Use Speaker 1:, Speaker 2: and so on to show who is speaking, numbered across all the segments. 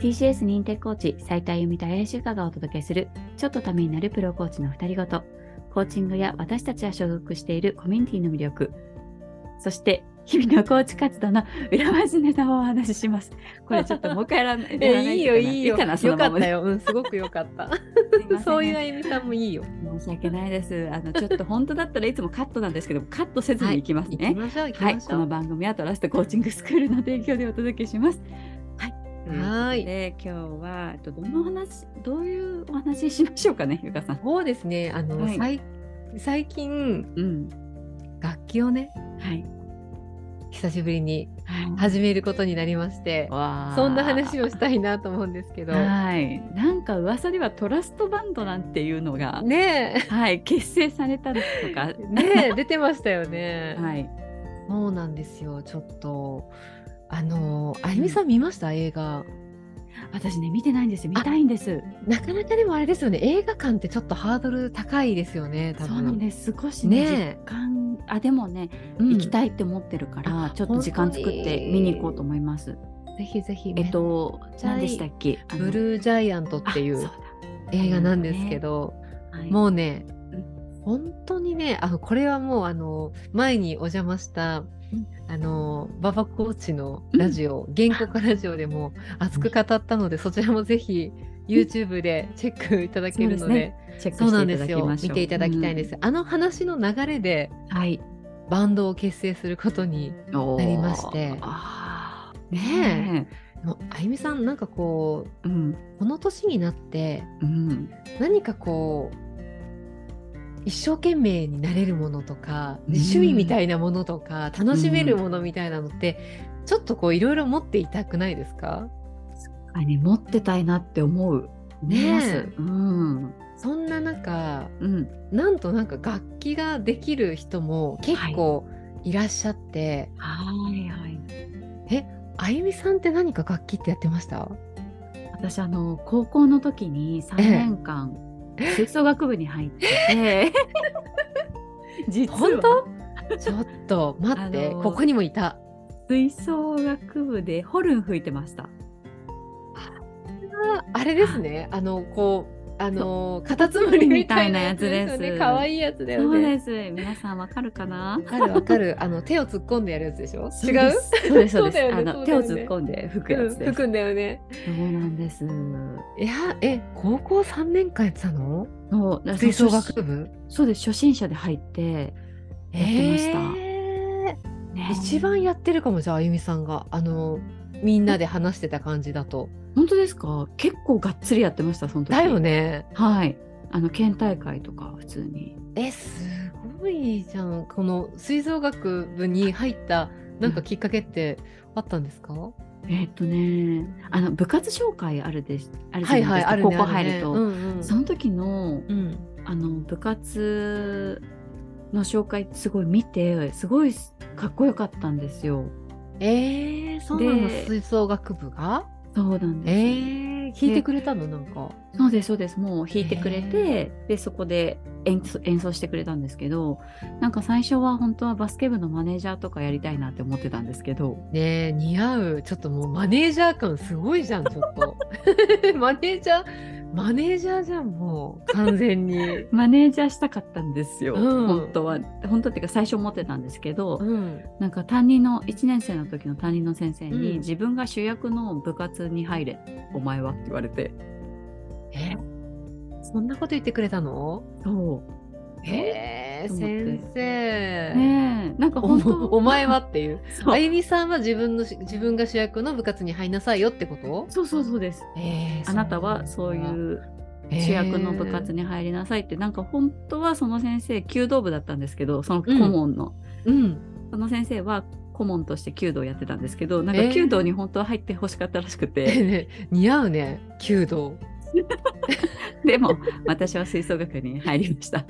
Speaker 1: TCS 認定コーチ斉田由美と林由香がお届けするちょっとためになるプロコーチの2人ごとコーチングや私たちが所属しているコミュニティの魅力そして日々のコーチ活動の裏話ネタをお話ししますこれちょっともう一回やらないやら
Speaker 2: え
Speaker 1: ない
Speaker 2: い
Speaker 1: い
Speaker 2: よいいよ。
Speaker 1: かなその
Speaker 2: よか
Speaker 1: ま
Speaker 2: っ
Speaker 1: ま
Speaker 2: た
Speaker 1: で
Speaker 2: よ。うん、すごくよかった。
Speaker 1: すいませんね
Speaker 2: そういうあゆみさんもいいよ。
Speaker 1: 申し訳ないですあのちょっと本当だったらいつもカットなんですけどカットせずにいきますね、
Speaker 2: ましょう、行
Speaker 1: はい、この番組はトラストコーチングスクールの提供でお届けします。
Speaker 2: はーい。
Speaker 1: で、今日はえっとどの話、どういうお話しましょうかね、ゆかさん。
Speaker 2: そうですね。あの、
Speaker 1: はい
Speaker 2: さい最近
Speaker 1: うん、
Speaker 2: 楽器をね、
Speaker 1: はい、
Speaker 2: 久しぶりに
Speaker 1: は
Speaker 2: 始めることになりまして、
Speaker 1: い
Speaker 2: そんな話をしたいなと思うんですけど。
Speaker 1: はい、なんか噂ではトラストバンドなんていうのが、
Speaker 2: ね
Speaker 1: はい、結成されたと か、
Speaker 2: え、ねえ、出てましたよね。
Speaker 1: はい、
Speaker 2: そうなんですよ。ちょっと。あの、あゆみさん見ました、映画。
Speaker 1: 私ね見てないんですよ、見たいんです。
Speaker 2: なかなかでもあれですよね。映画館ってちょっとハードル高いですよね。多
Speaker 1: そ
Speaker 2: 分
Speaker 1: うなんです、少しね
Speaker 2: ねえ
Speaker 1: 時間、あでもね、
Speaker 2: うん
Speaker 1: 行きたいって思ってるから、
Speaker 2: あ
Speaker 1: ちょっと時間作って見に行こうと思います。
Speaker 2: ぜひぜひ。
Speaker 1: えっと、
Speaker 2: ちゃい
Speaker 1: 何でしたっけあの
Speaker 2: ブルージャイアントってい
Speaker 1: あそうだ
Speaker 2: 映画なんですけど、
Speaker 1: はい
Speaker 2: もうね
Speaker 1: う
Speaker 2: 本当にねあのこれはもうあの前にお邪魔した、あの馬場コーチのラジオ、原告ラジオでも熱く語ったので、そちらもぜひ YouTube でチェックいただけるの
Speaker 1: そ
Speaker 2: で
Speaker 1: うですねチェック
Speaker 2: そうな
Speaker 1: して
Speaker 2: ん
Speaker 1: いただ
Speaker 2: です
Speaker 1: き
Speaker 2: よ
Speaker 1: ましょう。
Speaker 2: 見ていただきたいんです、あの話の流れで
Speaker 1: うん。はい。
Speaker 2: バンドを結成することに
Speaker 1: な
Speaker 2: なりまして
Speaker 1: あー
Speaker 2: ねえもうあゆみさんなんかこう
Speaker 1: え。うん。
Speaker 2: この年になって
Speaker 1: うん。
Speaker 2: 何かこう一生懸命になれるものとか、
Speaker 1: うん
Speaker 2: 趣味みたいなものとか楽しめるものみたいなのって、ちょっとこういろいろ持っていたくないですか
Speaker 1: あね持ってたいなって思う。
Speaker 2: ね
Speaker 1: 思
Speaker 2: え
Speaker 1: いますうん。
Speaker 2: そんな中
Speaker 1: うん。
Speaker 2: なんとなんか楽器ができる人も結構いらっしゃって、
Speaker 1: はいはい。
Speaker 2: あゆみさんって何か楽器ってやってました
Speaker 1: 私あの高校の時に三年間吹奏楽部に入ってて。 実は
Speaker 2: 本当ちょっと待って、
Speaker 1: あのー
Speaker 2: ここにもいた。
Speaker 1: 吹奏楽部でホルン吹いてました。
Speaker 2: ああれですねあのこうあのーカタツムリみたいなやつです
Speaker 1: み
Speaker 2: よ
Speaker 1: たいなやつで
Speaker 2: ね
Speaker 1: す
Speaker 2: 可愛いやつだよね。
Speaker 1: そうです。皆さんわかるかな？
Speaker 2: わかるわかる。あの手を突っ込んでやるやつでしょ。違う。
Speaker 1: そうですそう
Speaker 2: そ
Speaker 1: で
Speaker 2: う
Speaker 1: す。
Speaker 2: だよね
Speaker 1: あの、
Speaker 2: そうだ
Speaker 1: 手
Speaker 2: よ
Speaker 1: を
Speaker 2: ね
Speaker 1: 突っ込んで吹く
Speaker 2: う
Speaker 1: や
Speaker 2: ん、
Speaker 1: つです。
Speaker 2: 吹くんだよね。
Speaker 1: そうなんです。
Speaker 2: いや、え、高校三年間やってたの。
Speaker 1: そうだから
Speaker 2: 吹奏
Speaker 1: 初
Speaker 2: 楽部。
Speaker 1: そうです初心者で入ってやってました。
Speaker 2: えー
Speaker 1: ね
Speaker 2: 一番やってるかもじゃあ、あゆみさんが、あの、みんなで話してた感じだと。
Speaker 1: 本当ですか結構がっつりやってましたその時。
Speaker 2: だよね。
Speaker 1: はい。あの県大会とか普通に。
Speaker 2: え、すごいじゃん。この吹奏楽部に入った、なんかきっかけってあったんですか。
Speaker 1: えーっとねあの部活紹介あるですあるじゃないですか、高校入ると、
Speaker 2: うんうん
Speaker 1: その時の
Speaker 2: うん。
Speaker 1: あの部活の紹介すごい見てすごいかっこよかったんですよ。
Speaker 2: えー、そうなの
Speaker 1: で
Speaker 2: 吹奏楽部が
Speaker 1: そうなんです。
Speaker 2: えー、弾いてくれたのなんか。
Speaker 1: そうですそうですもう弾いてくれ
Speaker 2: へ
Speaker 1: てでそこで演奏演奏してくれたんですけどなんか最初は本当はバスケ部のマネージャーとかやりたいなって思ってたんですけど
Speaker 2: ねえ似合うちょっともうマネージャー感すごいじゃんちょっと マネージャーマネージャーじゃんもう完全 に
Speaker 1: マネージャーしたかったんですよ、
Speaker 2: うん
Speaker 1: 本当は本当っていうか最初思ってたんですけど、
Speaker 2: うん
Speaker 1: なんか担任の1年生の時の担任の先生に、
Speaker 2: うん
Speaker 1: 自分が主役の部活に入れお前はって言われて
Speaker 2: えそんなこと言ってくれたの
Speaker 1: そ
Speaker 2: え
Speaker 1: と思ってう
Speaker 2: 先生、
Speaker 1: ねえなんか
Speaker 2: お
Speaker 1: 本
Speaker 2: も
Speaker 1: 当
Speaker 2: お前はっ ていう
Speaker 1: そう
Speaker 2: あゆみさんは自分のし自分が主役の部活に入りなさいよってこと
Speaker 1: そうそうそうです
Speaker 2: えー
Speaker 1: あなたはそういう主役の部活に入りなさいって、なんか本当はその先生弓道部だったんですけどその顧問の、
Speaker 2: そう なんだうん
Speaker 1: その先生は顧問として弓道やってたんですけどなんか
Speaker 2: えー
Speaker 1: 弓道に本当は入ってほしかったらしく
Speaker 2: え
Speaker 1: て、
Speaker 2: ね似合うね弓道
Speaker 1: でも私は吹奏楽に入りま した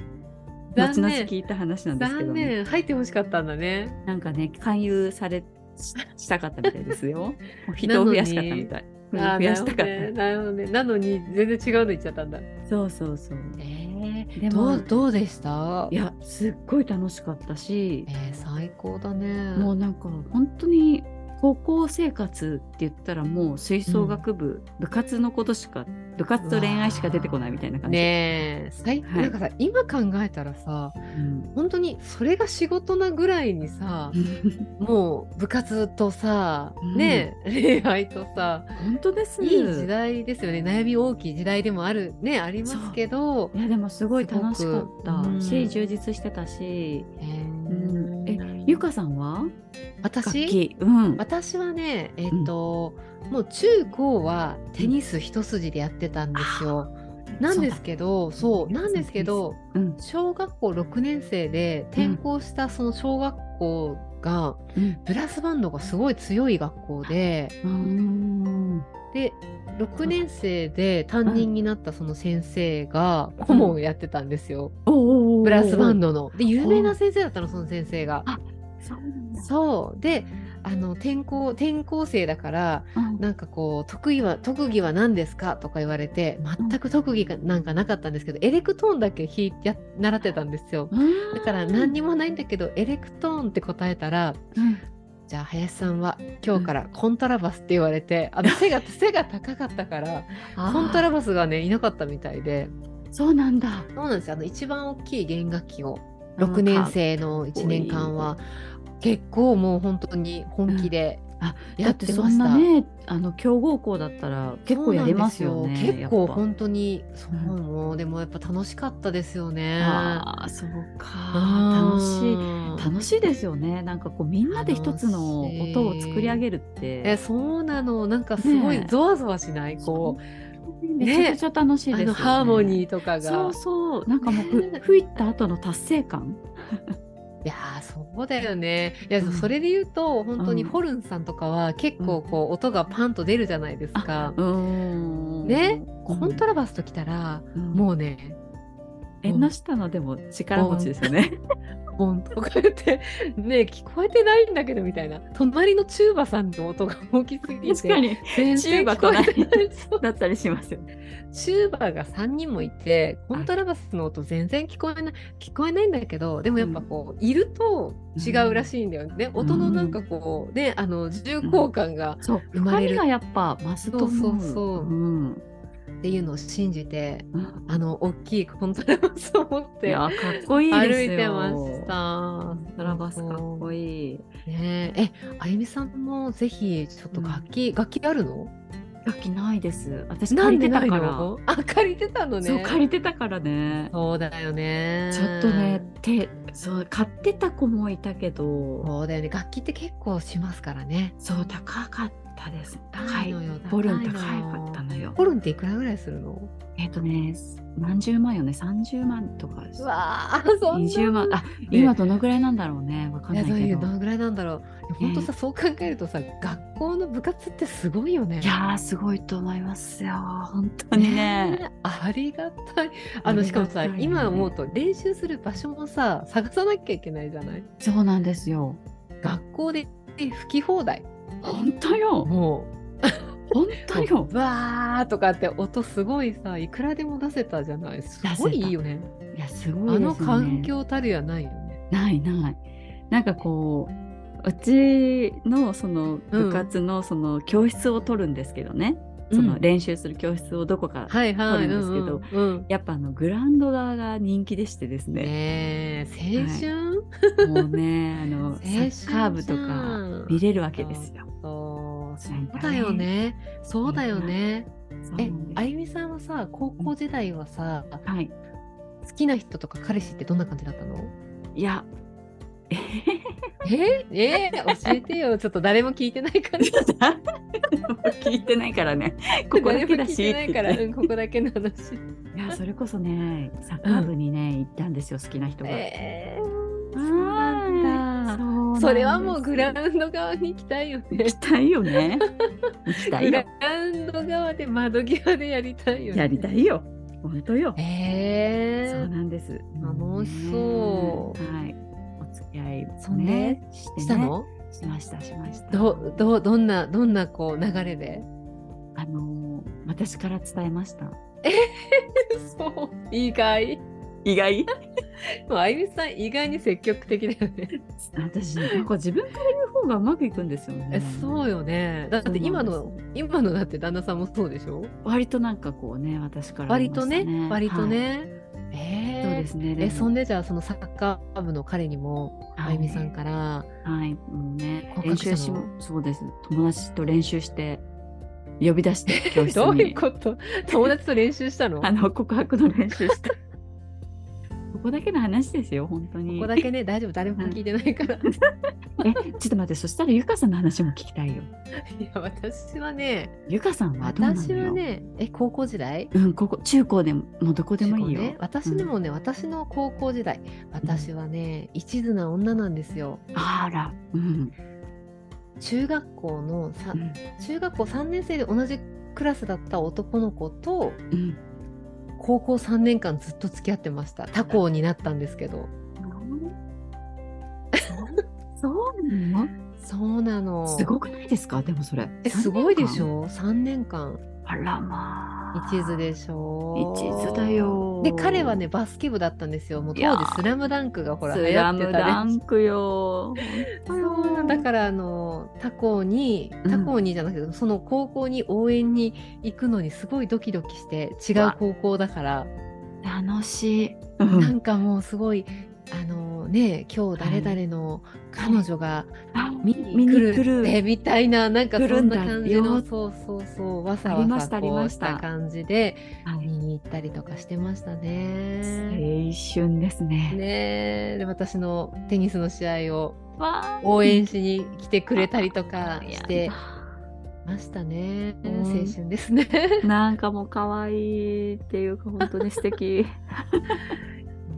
Speaker 1: 後々聞いた話なんですけど、
Speaker 2: 残
Speaker 1: ね、
Speaker 2: 念入ってほしかったんだね
Speaker 1: なんかね勧誘されししたかったみたいです よもう人を増やしたかったみたいうん
Speaker 2: あー
Speaker 1: 増やしたかった、
Speaker 2: なるほどね。なるほどねなのに全然違うの言っちゃったんだ。
Speaker 1: そうそうそう
Speaker 2: え
Speaker 1: で
Speaker 2: ど
Speaker 1: も
Speaker 2: うどうでした？
Speaker 1: いやすっごい楽しかったし
Speaker 2: えー最高だね。
Speaker 1: もうなんか本当に高校生活って言ったらもう吹奏楽部、部活のことしか部活と恋愛しか出てこないみたいな感じ、
Speaker 2: ねえ最
Speaker 1: はい
Speaker 2: なんかさ今考えたらさ
Speaker 1: うん
Speaker 2: 本当にそれが仕事なぐらいにさもう部活とさ
Speaker 1: うん
Speaker 2: ねえ、恋愛とさ
Speaker 1: 本当です
Speaker 2: いい時代ですよね悩み大きい時代でもあるねありますけど。
Speaker 1: いやでもすごい楽しかった
Speaker 2: すごくう
Speaker 1: し
Speaker 2: ん
Speaker 1: 充実してたし
Speaker 2: へえ
Speaker 1: うんえゆかさんは楽
Speaker 2: 私
Speaker 1: 器うん
Speaker 2: 私はねえっ、と、もう中高はテニス一筋でやってたんですよ。なんですけど
Speaker 1: そ
Speaker 2: そうう
Speaker 1: だ
Speaker 2: なんですけど
Speaker 1: うん
Speaker 2: 小学校6年生で転校したその小学校が、
Speaker 1: うん
Speaker 2: ブラスバンドがすごい強い学校で
Speaker 1: うん
Speaker 2: で6年生で担任になったその先生が顧問をやってたんですよ、
Speaker 1: おお
Speaker 2: ブラスバン
Speaker 1: ド
Speaker 2: ドの。で有名な先生だったのその先生が。
Speaker 1: そうなんだ
Speaker 2: そうであの転校転校生だから
Speaker 1: うん
Speaker 2: なんかこう得意は特技は何ですかとか言われて全く特技がなんかなかったんですけどエレクトーンだけ弾いてや習ってたんですよ
Speaker 1: うん
Speaker 2: だから何にもないんだけどエレクトーンって答えたらじゃあ林さんは今日からコントラバスって言われてあの背 が背が高かったからコントラバスがねいなかったみたいで
Speaker 1: そうなんだ
Speaker 2: そうなんですよあの一番大きい弦楽器を6年生の1年間は結構もう本当に本気で
Speaker 1: あ
Speaker 2: や
Speaker 1: だ
Speaker 2: っ
Speaker 1: って
Speaker 2: て
Speaker 1: そ
Speaker 2: ま
Speaker 1: ん
Speaker 2: した。
Speaker 1: なねあの強豪校だったら結構やりますよね
Speaker 2: そうなんです
Speaker 1: や
Speaker 2: よ
Speaker 1: っぱ
Speaker 2: 結構本当にそう、
Speaker 1: うん
Speaker 2: もうでもやっぱ楽しかったですよね。
Speaker 1: ああそうか楽しい
Speaker 2: 楽しい。
Speaker 1: 楽しいですよねなんかこうみんなで一つの音を作り上げるって
Speaker 2: えそうなのなんかすご
Speaker 1: ね
Speaker 2: い
Speaker 1: え
Speaker 2: ゾワゾワしないこう、
Speaker 1: めちゃくちゃ楽しいですよ
Speaker 2: あ
Speaker 1: ね
Speaker 2: のハーモニーとかが。
Speaker 1: そうそうなんかもうふ
Speaker 2: ね
Speaker 1: 吹いた後の達成感
Speaker 2: いやーそうだよね。いや、
Speaker 1: うん
Speaker 2: それで言うと本当に
Speaker 1: うん
Speaker 2: ホルンさんとかは結構こう、音がパンと出るじゃないですか。
Speaker 1: うーん
Speaker 2: ねコントラバスときたら、
Speaker 1: もう
Speaker 2: もうね
Speaker 1: 縁の下のでも力持ちですよね
Speaker 2: ボンとか言ってね聞こえてないんだけどみたいな隣のチューバさんの音が大きすぎ て
Speaker 1: 確かに
Speaker 2: 全然聞こえてないそう
Speaker 1: だったりしますよね
Speaker 2: チューバが3人もいてコントラバスの音全然聞こえない聞こえないんだけどでもやっぱこう、いると違うらしいんだよね、
Speaker 1: ん
Speaker 2: 音のなんかこうねあの重厚感が
Speaker 1: そう
Speaker 2: 生ま
Speaker 1: 深
Speaker 2: れ
Speaker 1: み
Speaker 2: る
Speaker 1: がやっぱ増すと思う
Speaker 2: そうそうそう
Speaker 1: うん
Speaker 2: っていうのを信じてあの大きいコントラバスを持っ
Speaker 1: い
Speaker 2: て
Speaker 1: やかっこいいですよ
Speaker 2: 歩いてました
Speaker 1: コン。トラバスかっこいい
Speaker 2: ねえ、え、あゆみさんもぜひちょっと楽器、楽器あるの？
Speaker 1: 楽器ないです私借りてたから
Speaker 2: のあ、借りてたのね。
Speaker 1: そう借りてたからね
Speaker 2: そうだよね。
Speaker 1: ちょっとね。手そう買ってた子もいたけど
Speaker 2: そうだよね。楽器って結構しますからね。
Speaker 1: そう高かったです高い
Speaker 2: のよ。
Speaker 1: ボルン高
Speaker 2: の
Speaker 1: かったのよ
Speaker 2: ボルンっていくらぐらいするの？
Speaker 1: えっ、とね何十万よね30万とか
Speaker 2: うわあ、そんな。
Speaker 1: 20万あ
Speaker 2: ね
Speaker 1: 今どのぐらいなんだろうねわかんない
Speaker 2: いやどう
Speaker 1: け
Speaker 2: いうど
Speaker 1: ど
Speaker 2: のぐらいなんだろう。本当さ、そう考えるとさ、学校の部活ってすごいよね。
Speaker 1: いやーすごいと思いますよ本当にね
Speaker 2: えありがたいあのしかもさ、
Speaker 1: ありがたいね
Speaker 2: 今思うと練習する場所もさ探さなきゃいけないじゃない
Speaker 1: そうなんですよ
Speaker 2: 学校で吹き放題
Speaker 1: 本当よ
Speaker 2: も
Speaker 1: 本
Speaker 2: う
Speaker 1: 当よ
Speaker 2: もうわーとかって音すごいさいくらでも出せたじゃないすごいいいよね
Speaker 1: いやすごいで
Speaker 2: あ
Speaker 1: すよね
Speaker 2: の環境たるやないよね
Speaker 1: ないないなんかこううちのその
Speaker 2: うん
Speaker 1: 部活のその教室を取るんですけどね、その
Speaker 2: うん
Speaker 1: 練習する教室をどこか、
Speaker 2: はいは
Speaker 1: 取
Speaker 2: い
Speaker 1: るんですけど
Speaker 2: うんうんうん
Speaker 1: やっぱあのグラウンド側が人気でしてですね
Speaker 2: ねえ青春、
Speaker 1: もうねあのサ
Speaker 2: 青春
Speaker 1: ッカー部とか見
Speaker 2: じ
Speaker 1: れるわけですよ。
Speaker 2: ゃんそうそ
Speaker 1: なん
Speaker 2: う
Speaker 1: か
Speaker 2: だ
Speaker 1: ね
Speaker 2: よねそうだよね
Speaker 1: そう
Speaker 2: え
Speaker 1: なんで
Speaker 2: あゆみさんはさ高校時代はさ、
Speaker 1: すはい、
Speaker 2: 好きな人とか彼氏ってどんな感じだったの
Speaker 1: い や
Speaker 2: えー、えー、教えて よちょっと誰も聞いてないから
Speaker 1: 聞いて ないから ね ここだけだし
Speaker 2: 誰も聞いてないから
Speaker 1: って言って
Speaker 2: うんここだけの話
Speaker 1: い やそれこそねサッカー部にね、行ったんですよ好きな人が。
Speaker 2: え
Speaker 1: そう
Speaker 2: なんだ
Speaker 1: なんで
Speaker 2: ー、
Speaker 1: す
Speaker 2: それはもうグラウンド側に行きたいよね
Speaker 1: 行きたいよね。行きたい
Speaker 2: グ
Speaker 1: よ
Speaker 2: ラ。ウンド側で窓際でやりたいよね
Speaker 1: やりたいよ。本当よ。
Speaker 2: え
Speaker 1: そう
Speaker 2: ー、
Speaker 1: なんです。
Speaker 2: 楽しそう
Speaker 1: はい。お付き合い
Speaker 2: そう
Speaker 1: ね
Speaker 2: ね
Speaker 1: してね
Speaker 2: したの
Speaker 1: しましたしました。
Speaker 2: どどどんなどんなこう流 れで
Speaker 1: あのー私から伝えました。
Speaker 2: そういいかい
Speaker 1: 意外
Speaker 2: もうあゆみさん意外に積極的だよね。
Speaker 1: 私なんか自分から言う方がうまくいくんですよね
Speaker 2: えそうよね。だって今
Speaker 1: そう
Speaker 2: の今のだって旦那さんもそうでしょ。
Speaker 1: 割となんかこうね私から言い
Speaker 2: 割
Speaker 1: ま
Speaker 2: と
Speaker 1: した
Speaker 2: ね割と
Speaker 1: はい
Speaker 2: ね。
Speaker 1: そうで
Speaker 2: え
Speaker 1: すね
Speaker 2: ーえそん
Speaker 1: で
Speaker 2: でじゃあそのサッカー部の彼にも
Speaker 1: も
Speaker 2: あゆみさんから
Speaker 1: はい、もうね、
Speaker 2: 告
Speaker 1: 練
Speaker 2: 白した
Speaker 1: 習
Speaker 2: の
Speaker 1: しも、そうです。友達と練習して、呼び出して、教室に。
Speaker 2: どういうこと 友達と練習したの
Speaker 1: あの、告白の練習して。 ここだけの話ですよ、本当に。
Speaker 2: ここだけね大丈夫誰も聞いてないから
Speaker 1: え、ちょっと待って、そしたらゆかさんの話も聞きたいよ。
Speaker 2: いや私はね
Speaker 1: ゆかさんはどうなのよ
Speaker 2: 私はねえ高校時代
Speaker 1: うん、ここ、中高でも、もうどこでもいいよ。
Speaker 2: ね、私でもね、私の高校時代私はね一途な女なんですよ
Speaker 1: あら、うん。
Speaker 2: 中学校のさ
Speaker 1: うん
Speaker 2: 中学校3年生で同じクラスだった男の子と
Speaker 1: うん。
Speaker 2: 高校3年間ずっと付き合ってました他校になったんですけど
Speaker 1: そうなの
Speaker 2: そうなの
Speaker 1: すごくないですかでもそれ。
Speaker 2: えすごいでし
Speaker 1: ょ
Speaker 2: ょ3年間
Speaker 1: あらまあ。
Speaker 2: 一途でしょ
Speaker 1: 一途だよ
Speaker 2: で彼はねバスケ部だったんですよもう
Speaker 1: いや
Speaker 2: 当
Speaker 1: ー
Speaker 2: 時スラムダンクがほら流
Speaker 1: ス
Speaker 2: 行
Speaker 1: ラ
Speaker 2: って
Speaker 1: ム
Speaker 2: た
Speaker 1: ダ
Speaker 2: ね
Speaker 1: ンクよ。
Speaker 2: そうだからあの他校に
Speaker 1: うん
Speaker 2: 他校にじゃなくて、その高校に応援に行くのにすごいドキドキして違う高校だから
Speaker 1: 楽しい。
Speaker 2: なんかもうすごいあのね今日誰々の彼女が
Speaker 1: あ
Speaker 2: 見に来るってみたいななんかそ
Speaker 1: 来る
Speaker 2: ん
Speaker 1: ん
Speaker 2: な
Speaker 1: だ
Speaker 2: 感じの
Speaker 1: よ
Speaker 2: そうそうそうわさ
Speaker 1: あり
Speaker 2: わ
Speaker 1: まし
Speaker 2: さ
Speaker 1: たあり
Speaker 2: こう
Speaker 1: ま
Speaker 2: し
Speaker 1: したた
Speaker 2: 感じで
Speaker 1: はい
Speaker 2: 見に行ったりとかしてましたね。
Speaker 1: 青春ですね。
Speaker 2: ねえで私のテニスの試合を
Speaker 1: わ
Speaker 2: 応援しに来てくれたりとか
Speaker 1: ー
Speaker 2: してましたね。
Speaker 1: うん
Speaker 2: 青春ですね。
Speaker 1: なんかもう可愛いっていうか本当に素敵。
Speaker 2: い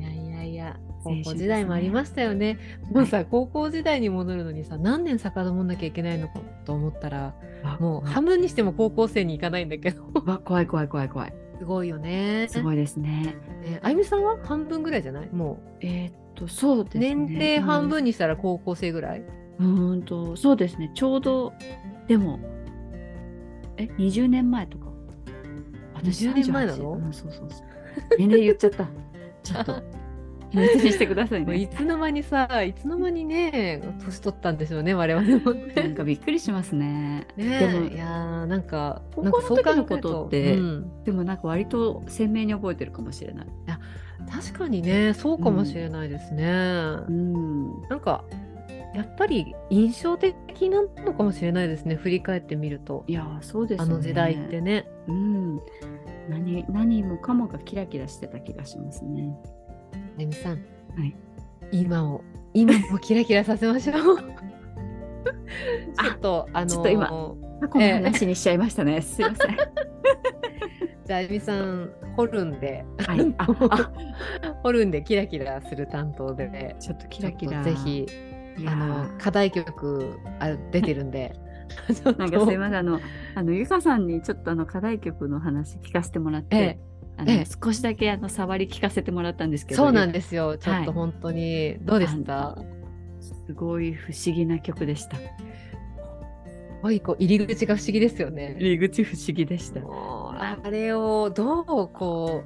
Speaker 2: やいやいや。
Speaker 1: 青春で
Speaker 2: 高
Speaker 1: すね
Speaker 2: 校時代もありましたよね。もうさ、高校時代に戻るのにさ、何年遡んなきゃいけないのかと思ったら、 もう半分にしても高校生に行かないんだけど。
Speaker 1: わ怖い怖い怖い怖い。
Speaker 2: すごいよね。
Speaker 1: すごいですね。
Speaker 2: ねあゆみさんは半分ぐらいじゃないも
Speaker 1: えーっとそうで
Speaker 2: う、
Speaker 1: すね。
Speaker 2: 年齢半分にしたら高校生ぐらい、
Speaker 1: うん。うーんとそうですね。ちょうどでもえ20年前とか。
Speaker 2: 20年前なの
Speaker 1: 38うんそうそうそう。年齢言っちゃ った。ちょっと秘密にしてください
Speaker 2: もう
Speaker 1: ね
Speaker 2: い。つの間にさ、いつの間にね、年取ったんでしょうね、我々もね。
Speaker 1: なんかびっくりしますね。
Speaker 2: ね
Speaker 1: でも
Speaker 2: いやーなんか、
Speaker 1: 高校
Speaker 2: なんか
Speaker 1: の
Speaker 2: そう考
Speaker 1: 時
Speaker 2: える
Speaker 1: のことって
Speaker 2: うん
Speaker 1: でもなんか割と鮮明に覚えてるかもしれない。
Speaker 2: 確かにね、そうかもしれないですね。
Speaker 1: うん。
Speaker 2: なんか、やっぱり印象的なのかもしれないですね、振り返ってみると。
Speaker 1: いやーそうです
Speaker 2: あ
Speaker 1: よね。
Speaker 2: の時代って。ね。
Speaker 1: うん。何何もかもがキラキラしてた気がしますね。
Speaker 2: あゆみさん、
Speaker 1: はい
Speaker 2: 今を今もキラキラさせましょう。 ちょっとあの
Speaker 1: ちょっと今過去の話にしちゃいましたね。すいませ ん。
Speaker 2: じゃああゆみさんホルンで
Speaker 1: はい。あ あ
Speaker 2: ホルンでキラキラする担当で
Speaker 1: ちょっとキ
Speaker 2: ちょ
Speaker 1: ラ
Speaker 2: っ
Speaker 1: キラ。
Speaker 2: とぜひ
Speaker 1: いや
Speaker 2: あ
Speaker 1: ー
Speaker 2: の課題曲あ出てるんで
Speaker 1: なんかすいませんあのあのゆかさんにちょっとあの課題曲の話聞かせてもらって、
Speaker 2: ええ
Speaker 1: あの
Speaker 2: ええ
Speaker 1: 少しだけあの触り聞かせてもらったんですけど
Speaker 2: そうなん
Speaker 1: で
Speaker 2: ですよちょっと本当に、どうでした
Speaker 1: すごい不思議な曲でした
Speaker 2: すごいこう入り口が不思議ですよね。
Speaker 1: 入り口不思議でした
Speaker 2: もうあれをどうこ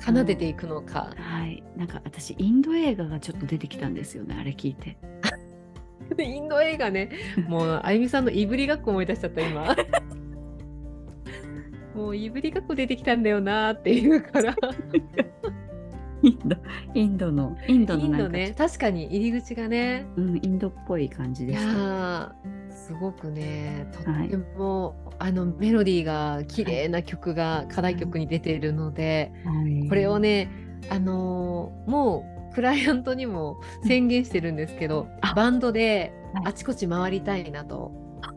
Speaker 2: う奏でていくのか、
Speaker 1: はい、なんか私インド映画がちょっと出てきたんですよねあれ聞いて
Speaker 2: でインド映画ねもうあゆみさんのいぶりがっこ思い出しちゃった今 もういぶりがっこ出てきたんだよなーっていうから
Speaker 1: インドインドのインド
Speaker 2: イ
Speaker 1: の
Speaker 2: ン
Speaker 1: なん
Speaker 2: ド
Speaker 1: か
Speaker 2: ね確かに入り口がね
Speaker 1: うん、インドっぽい感じ
Speaker 2: い
Speaker 1: で
Speaker 2: や
Speaker 1: した
Speaker 2: ーすごくねとっ
Speaker 1: はい
Speaker 2: ても、あのメロディーが綺麗な曲が課題曲に出ているので、これを
Speaker 1: ね
Speaker 2: ねあのーもうクライアントにも宣言してるんですけど、
Speaker 1: あ
Speaker 2: バンドで
Speaker 1: はい
Speaker 2: あちこち回りたいなと、 あ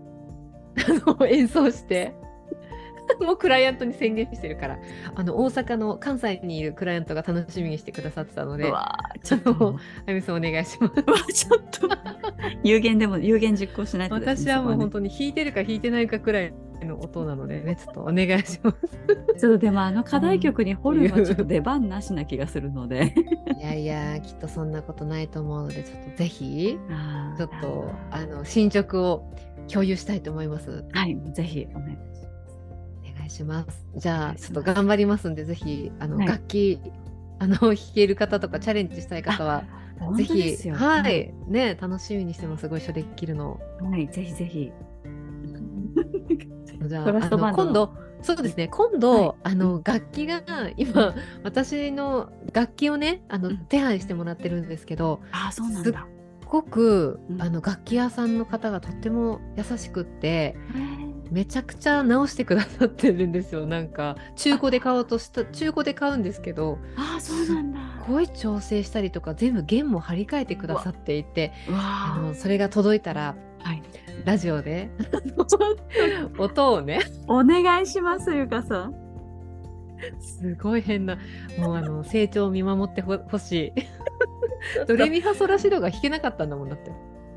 Speaker 2: の演奏して もうクライアントに宣言してるからあの大阪の関西にいるクライアントが楽しみにしてくださってたので
Speaker 1: う
Speaker 2: あ
Speaker 1: わーちょっともう
Speaker 2: ゆみさんお願いします
Speaker 1: うわちょっと 有限でも有限実行しないとです
Speaker 2: 私
Speaker 1: ね
Speaker 2: はもう
Speaker 1: そこ
Speaker 2: 本当に弾いてるか弾いてないかくらいの音なのでねちょっとお願いします
Speaker 1: はねちょっとでもあの課題曲にホルンはちょっと出番なしな気がするので
Speaker 2: いやいやきっとそんなことないと思うのでちょっとぜひ
Speaker 1: あー
Speaker 2: ちょっとあの進捗を共有したいと思います。
Speaker 1: はいぜひお願いします
Speaker 2: お願いします。じゃ
Speaker 1: お願
Speaker 2: あ
Speaker 1: いし
Speaker 2: ちょっ
Speaker 1: ま
Speaker 2: と
Speaker 1: す
Speaker 2: 頑張りますんでぜひあの、
Speaker 1: はい
Speaker 2: 楽器あの弾ける方とかチャレンジしたい方は
Speaker 1: 本
Speaker 2: ぜ
Speaker 1: 当です
Speaker 2: ひ
Speaker 1: よ
Speaker 2: は、いね楽しみにしてますご一緒できるのを
Speaker 1: はい、ぜひぜひ。
Speaker 2: じゃあ
Speaker 1: トラストバ
Speaker 2: あ
Speaker 1: ン
Speaker 2: の
Speaker 1: ドの
Speaker 2: 今度そうですね今度、
Speaker 1: はい
Speaker 2: あの楽器が今私の楽器をねあ
Speaker 1: う
Speaker 2: の
Speaker 1: ん
Speaker 2: 手配してもらってるんですけど
Speaker 1: ああ、そうなんだ。
Speaker 2: すごく、
Speaker 1: うん
Speaker 2: あの楽器屋さんの方がとっても優しくって
Speaker 1: へー
Speaker 2: めちゃくちゃ直してくださってるんですよなんか中古で買おうとした中古で買うんですけど
Speaker 1: ああ、そうなんだ。
Speaker 2: すごい調整したりとか全部弦も張り替えてくださっていて
Speaker 1: う
Speaker 2: あ
Speaker 1: わ
Speaker 2: のそれが届いたら
Speaker 1: あ、はい。
Speaker 2: ラジ オで音をね
Speaker 1: お願いします、ゆかさん。
Speaker 2: すごい変なもうあの成長を見守ってほ ほしいドレミファソラシドが弾けなかったんだもんだって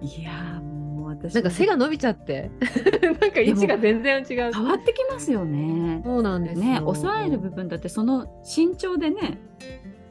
Speaker 1: いやー、もう私。
Speaker 2: なんか背が伸びちゃって なんか位置が全然違う
Speaker 1: 変わってきますよね。
Speaker 2: そうなんですよ
Speaker 1: ね、抑える部分だって、その身長でね。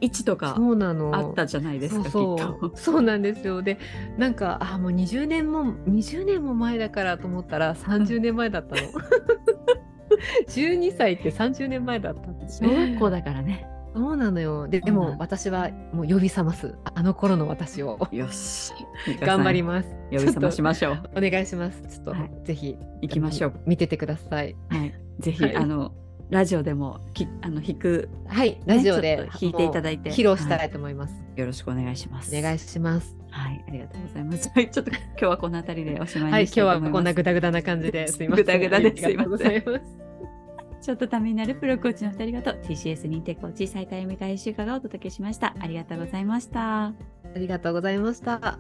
Speaker 1: 位置とか
Speaker 2: そうなの
Speaker 1: あったじゃないですか、
Speaker 2: そう
Speaker 1: きっ
Speaker 2: そ
Speaker 1: と。
Speaker 2: う そうなんですよでなんかあもう20年も20年も前だからと思ったら30年前だったの 12歳って30年前だったんです
Speaker 1: 小
Speaker 2: ね
Speaker 1: 学校だからね。
Speaker 2: そうなのよでで
Speaker 1: そうな
Speaker 2: も
Speaker 1: の
Speaker 2: 私はもう呼び覚ますあの頃の私を
Speaker 1: よし。
Speaker 2: 頑張り
Speaker 1: ま
Speaker 2: ます
Speaker 1: 呼び覚ましましょう。
Speaker 2: お願いしますちょっと、
Speaker 1: はい
Speaker 2: ぜひ
Speaker 1: 行きましょう。
Speaker 2: 見ててください
Speaker 1: はい、ぜひ、
Speaker 2: はい
Speaker 1: あのラジオでもきあの弾く、
Speaker 2: はい
Speaker 1: ね
Speaker 2: ラジオで
Speaker 1: ちょっと弾いていた
Speaker 2: い
Speaker 1: だいて
Speaker 2: 披露した
Speaker 1: はい
Speaker 2: と思います、
Speaker 1: よろしくお願いします。
Speaker 2: お願いします
Speaker 1: はい、ありがとうございます。はい、ちょっと今日はこのあたりでおしまい
Speaker 2: はい
Speaker 1: に
Speaker 2: 今
Speaker 1: し
Speaker 2: 日
Speaker 1: たいと
Speaker 2: は
Speaker 1: 思います。
Speaker 2: こんなグダグダな感じですいません
Speaker 1: グダグダです
Speaker 2: ありがとうございます
Speaker 1: ちょっとためになるプロコーチの二人ごと TCS 認定コーチ最下位未開集会がお届けしました。ありがとうございました。
Speaker 2: ありがとうございました。